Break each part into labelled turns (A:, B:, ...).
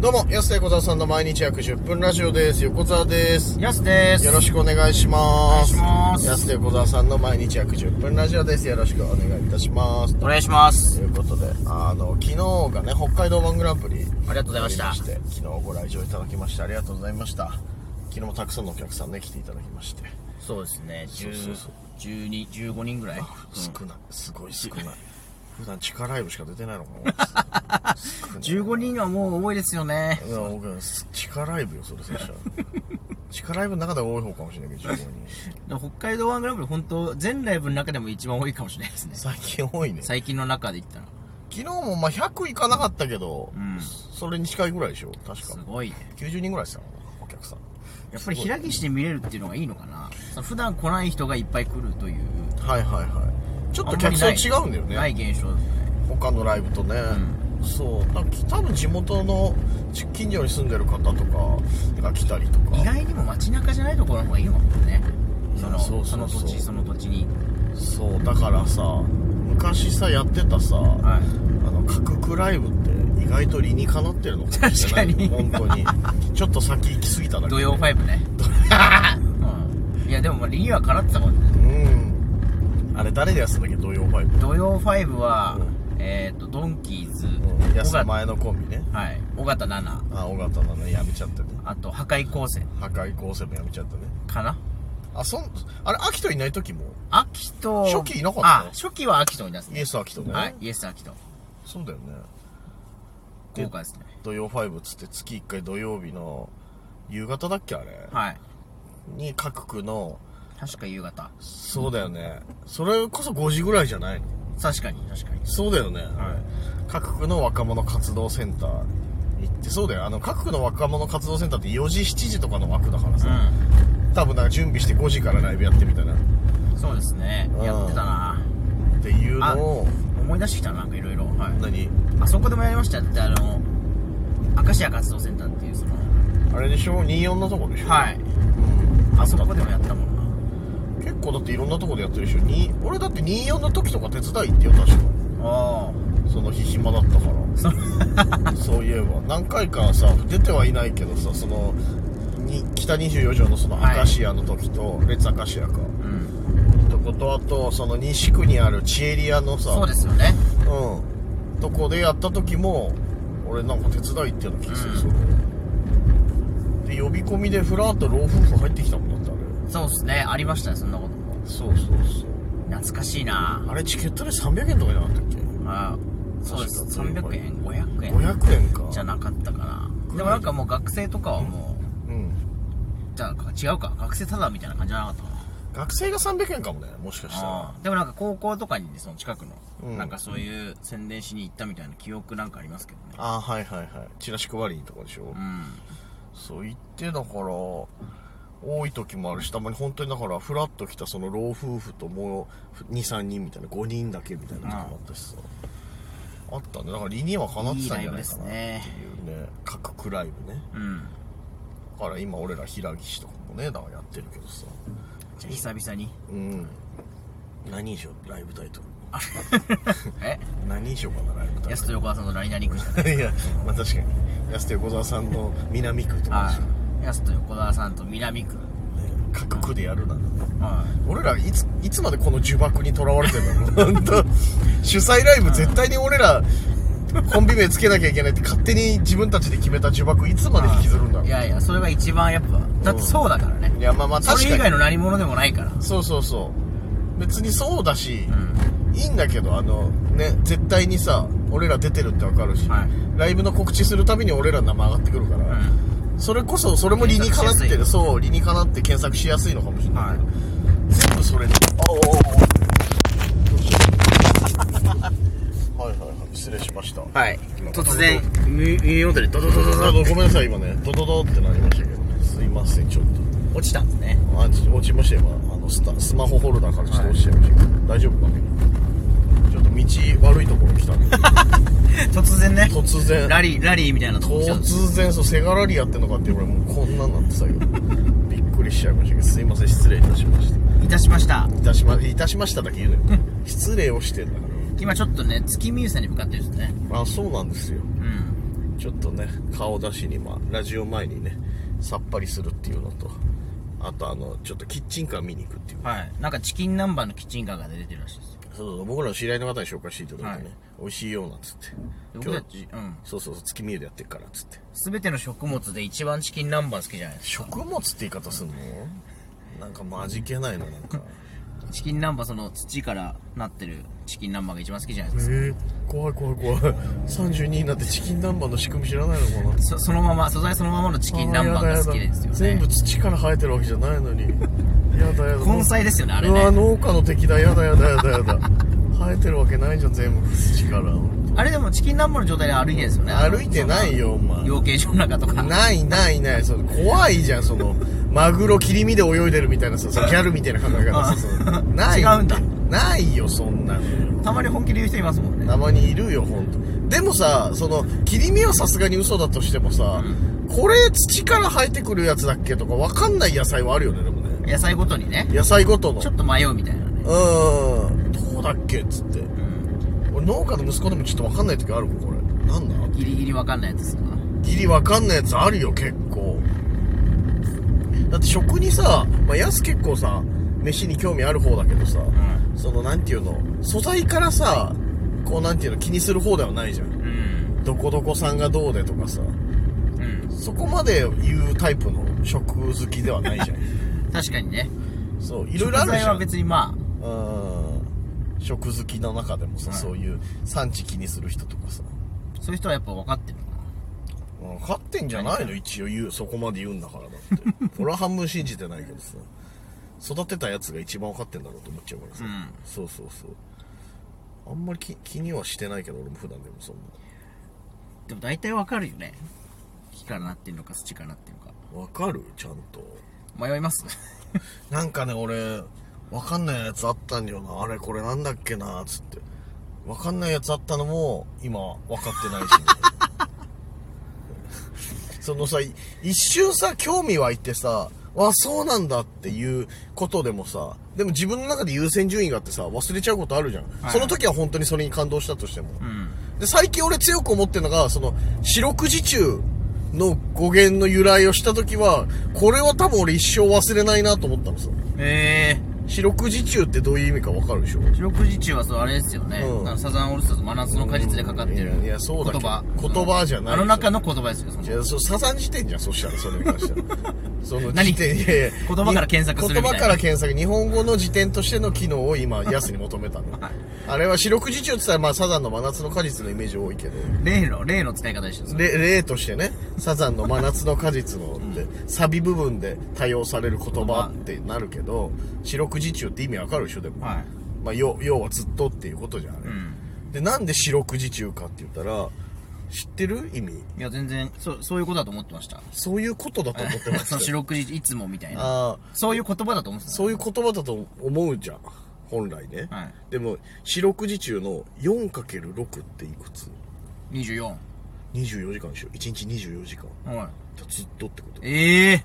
A: どうも、安田横澤さんの毎日約10分ラジオです。横澤です。
B: やすです。
A: よろ
B: し
A: しくお願いします。
B: お願いします
A: 安田横澤さんの毎日約10分ラジオです。よろしくお願いいたします。
B: お願いします
A: と。いうことで、あの、昨日がね、北海道版グランプリ、あり
B: がとうございました
A: て昨日ご来場いただきまして、ありがとうございました。昨日もたくさんのお客さんね、来ていただきまして、
B: そうですね。十
A: そうそう、
B: 十二、十五人ぐらい。
A: 少ない、すごい少 ない。普段地下ライブしか出てないのか な少ない
B: 十五人はもう多いですよね。
A: いや僕地下ライブよそれ最初 地下ライブの中では多い方かもしれないけど15人
B: でも北海道ワングランプリ本当全ライブの中でも一番多いかもしれないですね。
A: 最近多いね昨
B: 最近の中で言ったら。
A: 日もまあ100いかなかったけど、
B: ん
A: それに近いぐらいでしょ確
B: す
A: か
B: ごいね。
A: 90人ぐらいですよお客さん
B: やっぱり平岸で見れるっていうのがいいのかな。その普段来ない人がいっぱい来るという。
A: はいはいはいちょっ
B: あ
A: と
B: んま
A: 客
B: り
A: 層
B: ない
A: 違うんだよね
B: ない現象ですね。
A: 他のライブとね、そうなんか多分地元のち近所に住んでる方とかが来たりとか
B: 意外にも街中じゃないところの方がいいのかもね。その、
A: そうそ
B: そう
A: そ
B: の
A: う
B: 土地、その土地に。
A: そうだからさ昔さやってたさ、
B: はい。
A: あの価格ライブって意外と理にかなってるのかもしれない
B: 確か
A: 本当にちょっと先行き過ぎただけ
B: 土曜ファイブ ね。うん。いや、でもまあ理由はかなってたもんね。
A: うんあれ誰でやってたんだっけ土曜ファイブ
B: 土曜ファイブは、
A: う
B: えっ、とドンキーズ、
A: うん安
B: 尾
A: 田
B: 形
A: 前のコンビね
B: はい尾形奈々
A: あ尾形だねやめちゃってね
B: あと破壊光線
A: 破壊構成もやめちゃってね
B: かな
A: あそんあれ秋人いない時も
B: アキト
A: 初期いなかった
B: あ初期はアキトに出す
A: イ
B: ね
A: エス秋人ね、
B: はいイエスアキト
A: そうだよね
B: 豪華ですね
A: 土曜ファイブっつって月1回土曜日の夕方だっけあれ、
B: はい
A: に各区の
B: 確か夕方
A: そうだよねそれこそ5時ぐらいじゃないの
B: 確かに確かに
A: そうだよね、各区の若者活動センター行ってそうだよあの各区の若者活動センターって4時7時とかの枠だからさ、多分なんか準備して5時からライブやってみたいなっ
B: うんそうですね
A: うん
B: やってたな
A: ていうのを
B: 思い出してきたななんかいろいろはい
A: 何
B: あそこでもやりましたよだってあのアカシア活動センターっていうその
A: あれでしょ24のとこでしょ
B: はいあそこでもやったもんな
A: 結構だっていろんなとこでやってるでしょに俺だって24の時とか手伝い行ってよ確か
B: あ
A: その日暇だったか
B: あそ
A: らそういえば何回かさ出てはいないけどさそのに北24条のそのアカシアの時と、レッツアカシアか
B: うん
A: とことあとその西区にあるチエリアのさ
B: そうですよね
A: うんとこでやった時も俺なんか手伝いっていうの気がする
B: うん
A: それ、で呼び込みでフラーと老夫婦入ってきたもんだってあ
B: そうですねありましたねそんなことも
A: れそうそうそう
B: 懐かしいな
A: あれチケットで300円とかじゃなかったっ
B: あそうです
A: 確か
B: 300円500
A: け
B: 円
A: 500円か
B: じゃなかったかなでもなんかもう学生とかはもう
A: うん
B: じゃあ違うか学生ただみたいな感じじゃなかったかな
A: 学生が300円かもねもしかしたら
B: あーでもなんか高校とかにねその近くの、
A: うん
B: なんかそういう宣伝しに行ったみたいな記憶なんかありますけどね
A: ああはいはいはいチラシ配りとかでしょ、
B: うん
A: そう言ってだから多い時もあるし、たまに本当にだから、フラッと来たその老夫婦ともう2、3人みたいな、5人だけみたいな時もあったしさ。あったね。だから理にはかなってたんじゃないかなっていうね。各クライブね。
B: うん
A: だから今俺ら平岸とかもね、だからやってるけどさ。
B: じゃあ久々 に
A: うん。何にしよう、ライブタイトル。
B: え
A: 何にしようかな、ライブタイ
B: 安と横川さんの何々区じゃない
A: トル。 いや、まあ確かに。安手横澤さんの南区とかでしょ、
B: はい安と横川さんと南区
A: ね、各区でやるなんて。
B: はい
A: 俺らいついつまでこの呪縛にとらわれてん だろう本当主催ライブ絶対に俺らコンビ名つけなきゃいけないって勝手に自分たちで決めた呪縛いつまで引きずるんだろ
B: いうやいやそれが一番やっぱだってそうだからね、
A: いやまあまあ
B: そ
A: 確
B: れ以
A: か
B: 外
A: に
B: の何者でもないから
A: そうそうそう別にそうだし、
B: うん
A: いいんだけどあのね絶対にさ俺ら出てるってわかるし、
B: はい
A: ライブの告知するたびに俺らの名前上がってくるから、
B: うん
A: それこそそれも理にかなっ
B: 検
A: てる
B: 索
A: そう理にかなって検索しやすいのかもしれない、
B: はい
A: 全部そ れであおおおどうしようはいはいはい失礼しました
B: はい
A: 今
B: 突然ミミニオンテでドドドド
A: あ
B: ド
A: のごめんなさい今ねドドドってなりましたけどすいませんちょっ
B: 落ちたんですね
A: とあちょっと落ちました今あのスタスマホホルダーからちょっと落ちちゃいましたけど、大丈夫かねちょっと道悪いところ来たんで
B: 突然ね
A: 突然
B: ラリーラリーみたいなとこ来ちゃうんです
A: 突然そうセガラリーやってんのかっていうぐらいもうこんなんなってたけ どびっくりしちゃいましたけどすいません失礼いたしました
B: いたしました
A: いたしまいたしましただけ言うのよ失礼をしてんだか
B: 今ちょっとね月見湯さんに向かってるんですね
A: らあそうなんですよ
B: うん
A: ちょっとね顔出しに、まあ、ラジオ前にねさっぱりするっていうのとあとあのちょっとキッチンカー見に行くっていう
B: はいなんかチキン南蛮のキッチンカーが出てるらしいですよ
A: そうそう僕らの知り合いの方に紹介していただいてね、
B: はい
A: 美味しいよなんつって
B: で僕たちうん
A: そうそうそう月見湯でやってるからっつって
B: 全ての食物で一番チキン南蛮好きじゃないです
A: 食物って言い方すんのなんかまじけないのなん か
B: かチキン南蛮その土からなってるチキン南蛮が一番好きじゃないで
A: え
B: すか
A: ー、怖い怖い怖い32になってチキン南蛮の仕組み知らないのかな
B: そそのまま素材そのままのチキン南蛮が好きですよね
A: 全部土から生えてるわけじゃない のにやだやだ
B: 根菜ですよねあれ
A: うわ
B: ね
A: 農家の敵だやだやだやだやだ生えてるわけないじゃん全部土から
B: あれでもチキン南蛮の状態で歩いてるんですよね
A: 歩いてないよお前
B: 養鶏場の中とか
A: ないないないその怖いじゃんそのマグロ切り身で泳いでるみたいなさそのギャルみたいな考え方さ
B: あ
A: そのない
B: 違うんだ
A: ないよそんなの
B: たまに本気で言う人いますもんね
A: たまにいるよ本当でもさその切り身はさすがに嘘だとしてもさ、これ土から生えてくるやつだっけとかわかんない野菜はあるよねでもね
B: 野菜ごとにね
A: 野菜ごとの
B: ちょっと迷うみたいなね
A: うんどうだっけっつって
B: うん
A: 俺農家の息子でもちょっとわかんない時あるもんこれなんだ
B: ギリギリわかんないやつですか
A: ギリわかんないやつあるよ結構だって食にさ、まあ、やす結構さ飯に興味ある方だけどさ、
B: ん
A: そのなんていうの素材からさこうなんていうの気にする方ではないじゃん
B: うん
A: どこどこさんがどうでとかさ
B: うん
A: そこまで言うタイプの食好きではないじ ゃん
B: 確かにね
A: そうい
B: い
A: ろいろあるじゃ
B: は
A: ん
B: 別にま
A: うん食好きの中でもさ、
B: はい
A: そういう産地気にする人とかさ
B: あそういう人はやっぱ分かってるのかな
A: うん勝ってんじゃないの一応言うそこまで言うんだからだって 俺は半分信じてないけどさ育てたやつが一番分かってんだろうと思っちゃうからさ、
B: うん
A: そうそうそうあんまり気気にはしてないけど俺も普段でもそん
B: でも大体わかるよね木からなってるのか土からなってるのか
A: な分かるちゃんと
B: 迷います
A: なんかね俺分かんないやつあったんだよなあれこれなんだっけなつって分かんないやつあったのも今分かってないし、 そのさい一瞬さ興味湧いてさわそうなんだっていうことでもさでも自分の中で優先順位があってさ忘れちゃうことあるじゃん、
B: はい
A: その時は本当にそれに感動したとしても、
B: うん
A: で最近俺強く思ってるのがその四六時中の語源の由来をした時はこれは多分俺一生忘れないなと思ったんですよ
B: ええ
A: 四六時中ってどういう意味かわかるでしょ
B: 四六時中はそうあれですよね、
A: うん
B: あのサザンオールスターズ真夏の果実でかかってる
A: うんいやいやそうだけ
B: 言
A: ど
B: 葉
A: 言葉じゃない
B: あの中の言葉ですよその
A: いやそサザン辞典じゃんそしたらそれに関して はその
B: 何
A: 辞典いやいや
B: 言葉から検索するみたいな
A: 言葉から検索日本語の辞典としての機能を今安に求めたの
B: はい
A: あれは四六時中って言ったら、まあ、サザンの真夏の果実のイメージ多いけど
B: 例の例の使い方でしたそれ
A: れ例としてねサザンの「真夏の果実の」でサビ部分で多用される言葉ってなるけど四六時中って意味わかるでしょでも、
B: はい
A: まあ、要要はずっとっていうことじゃんあれ、
B: うん
A: でなんで四六時中かって言ったら知ってる意味
B: いや全然そうそういうことだと思ってました
A: そういうことだと思ってま
B: その
A: し
B: 四
A: たよ
B: 六時いつもみたいな
A: ああ
B: そういう言葉だと思ってた
A: そういう言葉だと思うじゃん本来ね、
B: はい
A: でも四六時中の 4×6 っていくつ
B: 24はい
A: 24時間でしょ1日24時間ずっとってこと
B: ええ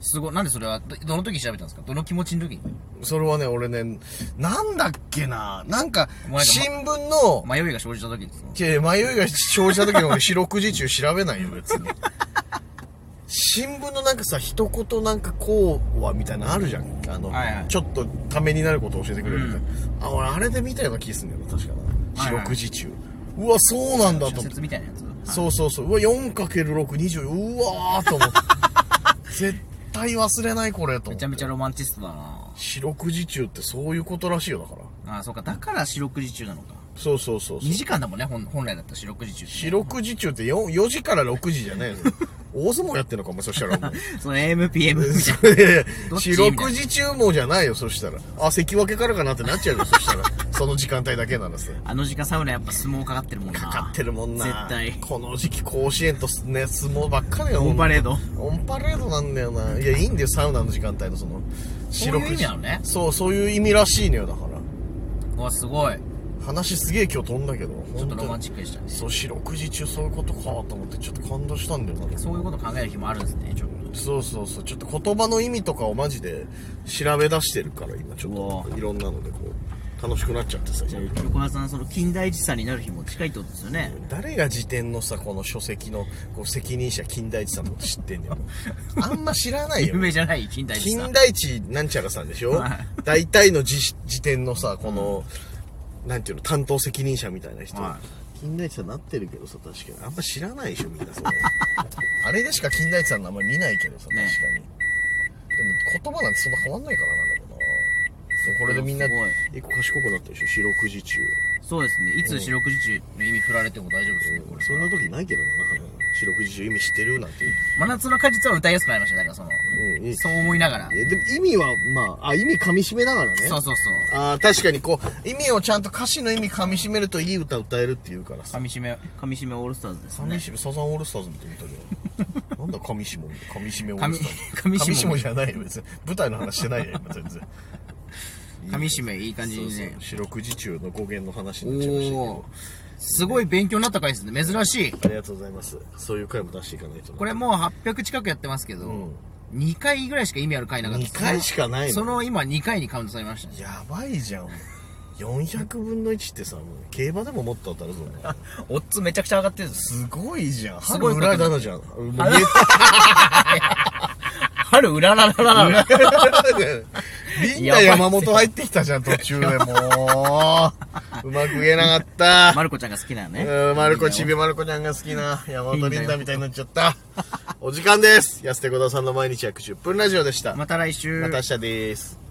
B: すごいなんでそれはどどの時に調べたんですかどの気持ちの時に
A: それはね、俺ね、なんだっけな、なんか
B: お前が、ま
A: 新聞の、
B: 迷いが生じた時ですか
A: いやいや迷いが生じた時の俺、四六時中調べないよ、別に。新聞のなんかさ、一言なんかこうはみたいなのあるじゃん。あの、
B: はいはい
A: ちょっとためになることを教えてくれるみたいな。あ、俺、あれで見たような気がするんだよな、確かな。
B: はい
A: 四
B: はい
A: 六時中。うわ、そうなんだと
B: 社
A: 思って。
B: 説みたいなやつ
A: そうそうそう。うわ、4×6、20。うわーと 思って。絶対忘れない、これ、と思
B: め
A: っ
B: ち
A: て。
B: ゃめちゃロマンチストだな
A: 四六時中ってそういうことらしいよ、だから。
B: ああそうかだから四六時中なのか
A: そうそうそうそう
B: 2時間だもんね本本来だったら四六時中
A: 四六時中って 4, 4時から6時じゃねえ の大相撲やってんのかお前そしたらもう
B: その AMPM みたい
A: いやいや
B: どっち
A: 四六時中もじゃないよそしたらあ関脇からかなってなっちゃうよそした らその時間帯だけならさ
B: なあの時間サウナやっぱ相撲かかってるもんな
A: かかってるもんな
B: 絶対
A: この時期甲子園とね相撲ばっかりよ
B: オンパレード
A: オンパレードなんだよないやいいんだよサウナの時間帯のその四
B: そういう意味なのね
A: そうそういう意味らしいのよだから
B: うわすごい
A: 話すげえ今日飛んだけど
B: ちょっとロマン
A: チ
B: チックでしたね
A: そう四六時中そういうことかと思ってちょっと感動したんだよなでも
B: そういうこと考える日もあるんですねちょっと
A: そうそうそうちょっと言葉の意味とかをマジで調べ出してるから今ちょっ
B: うわ
A: といろんなのでこう楽しくなっちゃってさ
B: じゃあ横田さんその近代一さんになる日も近いってことですよね
A: 誰が辞典のさこの書籍のこう責任者金田一さんのこと知ってんだよあんま知らないよ
B: 有名じゃない近代一さ
A: 金
B: ん
A: 田一なんちゃらさんでしょ
B: はい
A: 大体の辞辞典のさこの、なんていうの担当責任者みたいな人、
B: は
A: 金田一さんなってるけどさ確かにあんま知らないでしょみんなそれ あれでしか金田一さんの名前見ないけどさ確か
B: ね
A: に、でも言葉なんてそんな変わんないからなんだけどなでこれでみんな
B: すごい
A: 一個賢くなったでしょ四六時中
B: そうですねいつ四六時中の意味振られても大丈夫ですねこれ
A: そんな時ないけどな四六時中意味知ってるなん て
B: 真夏の果実は歌いやすくなりましただからその
A: うんいい
B: そう思いながら
A: いやでも意味はまああ意味噛み締めながらね
B: そうそうそう
A: あー確かにこう意味をちゃんと歌詞の意味噛み締めるといい歌歌えるっていうからさ
B: 噛み締め噛み締めオールスターズです
A: 噛み
B: ね
A: 締めサザンオールスターズみたいな歌じ ゃんなんだ噛み締め噛み締めオー
B: 噛
A: ル
B: み
A: スター
B: 噛み
A: ズ噛み
B: 締
A: 締
B: め
A: めじゃないよ別に舞台の話してないよ今全然
B: 噛み締めいい感じに
A: そう
B: ね
A: そう四六時中の語源の話
B: お
A: になっちゃいましたけ
B: おー
A: ど
B: すごい勉強になった回ですね珍しい
A: ありがとうございますそういう回も出していかないとな
B: これもう800近くやってますけど、
A: うん
B: 2回ぐらいしか意味ある回なかった
A: 2回しかないの
B: その今2回にカウントされましたね
A: やばいじゃん400分の1ってさもう競馬でももっと当たるぞお前
B: オッズめちゃくちゃ上がってるんです
A: すごいじゃん
B: す
A: すご
B: ごい
A: い
B: こと
A: 裏
B: にな
A: だじゃんもう見え
B: 春うららららら
A: みんな山本入ってきたじゃん、途中でもう。うまく言えなかった。
B: まる子ちゃんが好きなね
A: うん、まるこ、ちびまるこちゃんが好きな山本リンダみたいになっちゃった。お時間です。安手小田さんの毎日約10分ラジオでした。ま
B: また来週
A: た明日です。